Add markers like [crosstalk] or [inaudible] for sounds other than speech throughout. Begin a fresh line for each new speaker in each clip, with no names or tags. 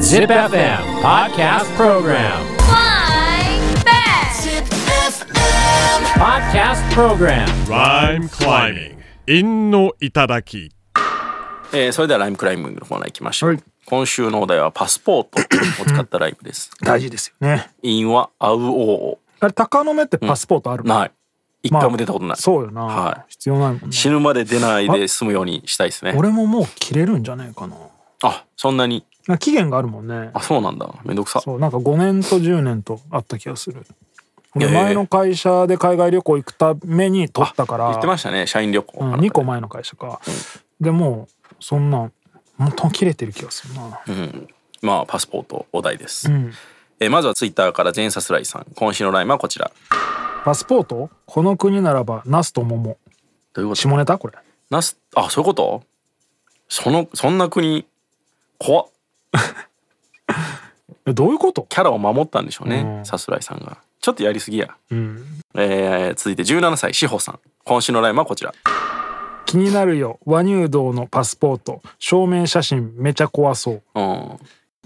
Zip FM Podcast Program.
Flying back.
Podcast Program.
Rhyme climbing 陰の頂き
えーそれではライムクライミングのコーナー行きましょう、
はい
今週のお題はパスポートを使ったライブです
[clears throat] 大事ですよね。
陰は合うお
あれ、鷹の目ってパスポートある
うない一回も出たことない、
そうよな。
は
必要ないもんね。
死ぬまで出ないで済むようにしたいですね
俺ももう切れるんじゃないかな。
あそんなに
なんか期限があるもんね
あ。そうなんだめんどくさ
そう、なんか5年と10年とあった気がする。俺
いやいやいや
前の会社で海外旅行行くために取ったから。
言ってましたね社員旅行、
うん、2個前の会社か、でもうそんなんもうと切れてる気がするな、
まあパスポートお題です、
うん、
えーまずはツイッターからジェンサスライさん今週のライムはこちら
パスポートこの国ならばナスと桃
どういうこと
下ネタこれ
なすあそういうことそのそんな国怖っ
えどういうこと、
キャラを守ったんでしょう
う
ね
ん
さすらいさんがちょっとやりすぎや
うん、
えー続いて17歳志保さん今週のラインはこちら
気になるよ和乳道のパスポート証明写真めちゃ怖そう
うん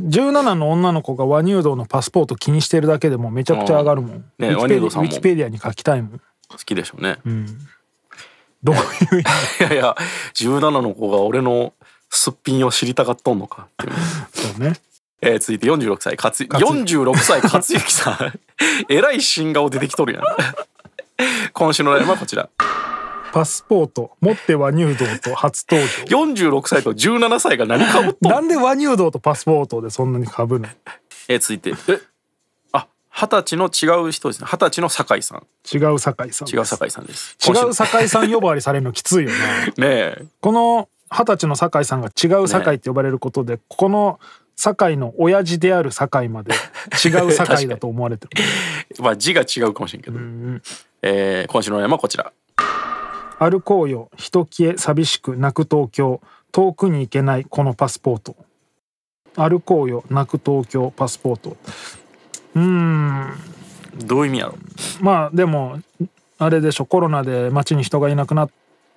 17の女の子が和乳道のパスポート気にしてるだけでもめちゃくちゃ上がるもん、
ね
ウィキペ
和
デ
乳
ィ
道さん
ウ
も
ィキペディアに書きたいもん、
好きでしょうね、
うん、どういう意味
いやいや17の子が俺のすっぴんを知りたがっとんのかっていう、
そうね
えー続いて46歳勝
勝
46歳勝之さん [laughs] えらい新顔出てきとるやん今週のラインはこちら
パスポート持って和乳道と初登場
46歳と17歳が何かぶっとんの
なんで和乳道とパスポートでそんなに被るの
えー続いてえあ二十歳の違う人ですね二十歳の酒井さん
違う酒井さん
違う酒井さんです
違う
今週
酒井さん呼ばわりされるのきついよね
ねえ
この二十歳の酒井さんが違う酒井って呼ばれることで、この酒井の親父である酒井まで違う酒井だと思
[laughs]
われてる
まあ字が違うかもしれんけど、えー今週の山はこちら
歩こうよ人消え寂しく泣く東京遠くに行けないこのパスポート歩こうよ泣く東京パスポートうーん
どういう意味やろ
まあでもあれでしょコロナで街に人がいなくなっ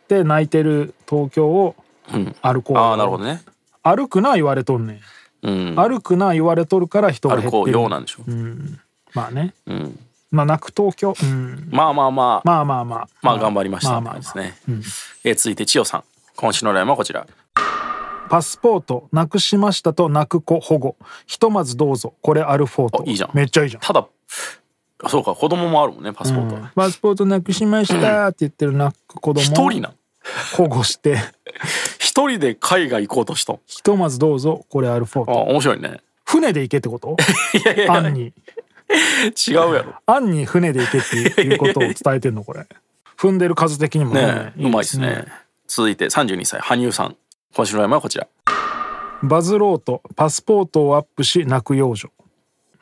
て泣いてる東京を
うん
歩こうよ、
ああなるほどね
歩くな言われとんねん
うん
歩くな言われとるから人が減って
歩
る
こうようなんでしょう、
うんまあね
うん、
まあ泣く東京うん
まあまあまあ
まあまあまあ
まあ頑張りました
ま
っ
あ
て感
まあ
じですね、
うん
えー続いて千代さん今週のラインはこちら
パスポートなくしましたと泣く子保護ひとまずどうぞこれアルフォート
あいいじゃん
めっちゃいいじゃん
ただあそうか子供もあるもんねパスポート
うん
は
パスポートなくしましたって言ってる泣く子供
一、人な
保護して
一人で海外行こうとしと
ひとまずどうぞこれアルフォー
あ
ト
面白いね
船で行けってこと
いやいやい
ア
や
ンに
違うやろ
アンに船で行けっていうことを伝えてんのこれ踏んでる数的にもね
ねえうまいですね続いて32歳羽生さん今週のラインはこちら
バズろうとパスポートをアップし泣く幼女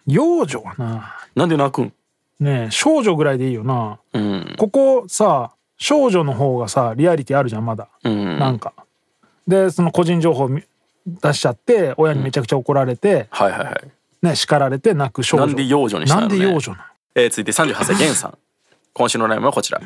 幼女はな
なんで泣くん
ねえ少女ぐらいでいいよな
うん
ここさ少女の方がさリアリティあるじゃんまだ、
うん
なんかでその個人情報み出しちゃって親にめちゃくちゃ怒られて、
はいはいはい
ね叱られて泣く少女
なんで幼女にしたの、
な
ね、
んで幼女なの
えー、続いて38歳源さん今週のラインはこちら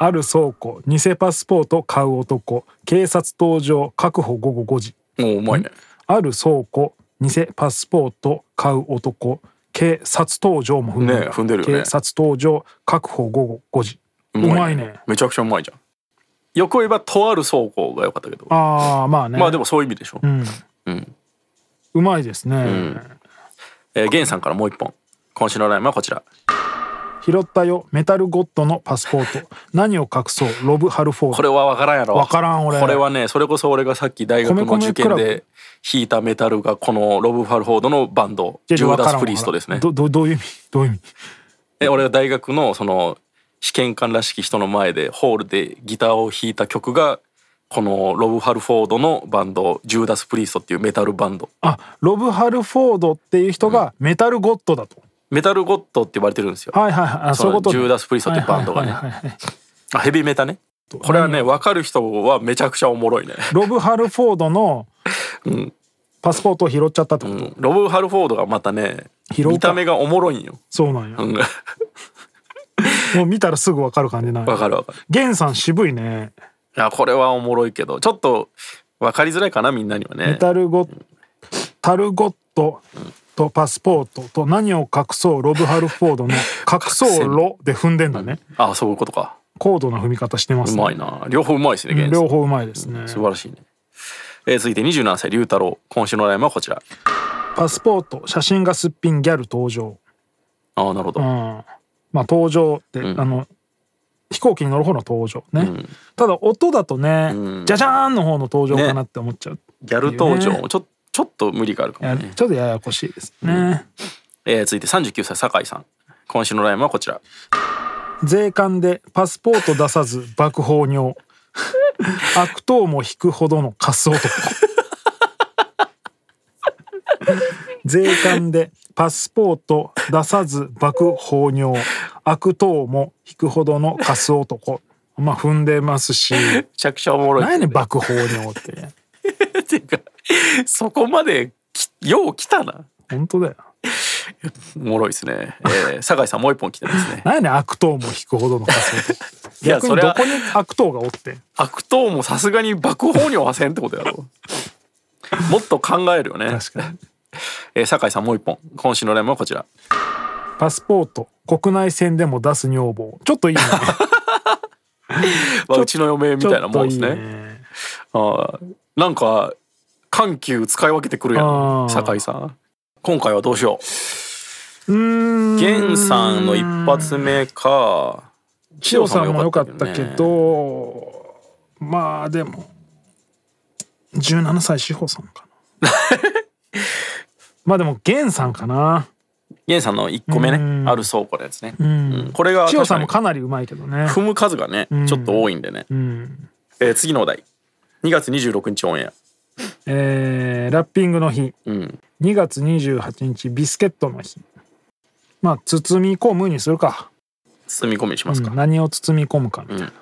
ある倉庫偽パスポート買う男警察登場確保午後5時
もううまいね
ある倉庫偽パスポート買う男警察登場も踏んでる,、
ねえ踏んでるよね
警察登場確保午後5時うまいね
めちゃくちゃうまいじゃんよく言えばとある倉庫が良かったけど
ああまあね
まあでもそういう意味でしょ、
うん、
うん
うまいですね、
えー、ゲンさんからもう一本今週のラインはこちら
拾ったよメタルゴッドのパスポート何を隠そうロブ・ハルフォ
こ
ー
れ
ド
は分からんやろ
わからん俺
これはねそれこそ俺がさっき大学の受
米米クラ
験
ブ
で弾いたメタルがこのロブ・ファルフォードのバンドジ
いや
ュ
わ
ー
から
ダ
ん
ス・
わ
プリーストですね
どどどういう意味どういう意味
え俺が大学のその試験官らしき人の前でホールでギターを弾いた曲がこのロブ・ハルフォードのバンドジューダス・プリーストっていうメタルバンド
あロブ・ハルフォードっていう人がメタルゴッドだと、
メタルゴッドって呼ばれてるんですよ
はいはいはいあ
そ
そうういうこと
ジューダスプリストってバンドがね
はいはいはいはい
あヘビメタねこれはね分かる人はめちゃくちゃおもろいね、
ロブ・ハルフォードの
ん
パスポートを拾っちゃったってこと、
うんロブ・ハルフォードがまたね
拾うか
見た目がおもろいんよ
そうなんや
う。ん
もう見たらすぐわかる感じない。
わかるわかる
ゲンさん渋いね。
あこれはおもろいけどちょっとわかりづらいかなみんなには
メ
ね
タルゴタルゴットとパスポートと何を隠そうロブ・ハルフォード
[laughs]
の「隠そうロ」で踏んでんだね
あそういうことか
高度な踏み方してます
う
ね
まいな両方うまいですね現実
両方うまいですね
素晴らしいね、えー続いて27歳龍太郎今週のライムはこちら
パスポート写真がすっぴんギャル登場
ああなるほど、
うんまあ登場って、あの飛行機に乗る方の登場ね、ただ音だとね、
うん
じゃじゃーんの方の登場かなって思っちゃう、
ギャル登場、
いいよ
ちょちょっと無理があるかも
や
ね、
ちょっとややこしいですね、
えー続いて39歳酒井さん今週のライムはこちら
税関でパスポート出さず爆放尿悪党も引くほどのカス男税関でパスポート出さず爆放尿悪党も引くほどのカス男まあ踏んでますし
めちゃくちゃおもろい
何
けどね
やねん爆放尿ってね
っていうか [laughs] そこまできよう来たな
本当だよ
おもろいですね、えー、酒井さんもう一本来てます
[laughs]
ね
何やねん悪党も引くほどのカス男
いや
逆
そ
に
れ
ど
は
こに悪党がおって
悪党もさすがに爆放にはせんってことやろもっと考えるよね
確かに
えー、酒井さんもう一本今週のライムはこちら
パスポート国内線でも出す女房ちょっといいね
まあうちの嫁みたいなもんですね
ちょっといいね
あーなんか緩急使い分けてくるや
あ
ん
ー
酒井さん今回はどうしよう
うーん
源さんの一発目か
千代さんも良かっ
ね
たけどまあでも17歳志保さんかな
[laughs]
まあでも源さんかな
源さんの一個目
う
ね
ん
ある倉庫のやつね、
ん
うんこれが
千代さんも
確か
かなりうまいけどね
に踏む数がね
ん
ちょっと多いんでね、
うん
えー次のお題2月26日オンエア
えーラッピングの日
うん
2月28日ビスケットの日まあ包み込むにするか
包み込みにしますか、
うん何を包み込むかみたいな。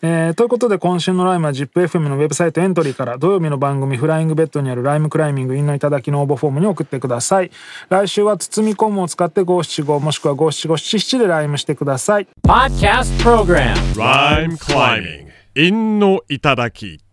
えーということで今週のライムは ZIPFM のウェブサイトエントリーから土曜日の番組「フライングベッド」にあるライムクライミングインの頂きの応募フォームに送ってください来週は包み込むを使って五七五もしくは五七五七七でライムしてください
Podcast Program
Rhyme climbing. 陰の頂き。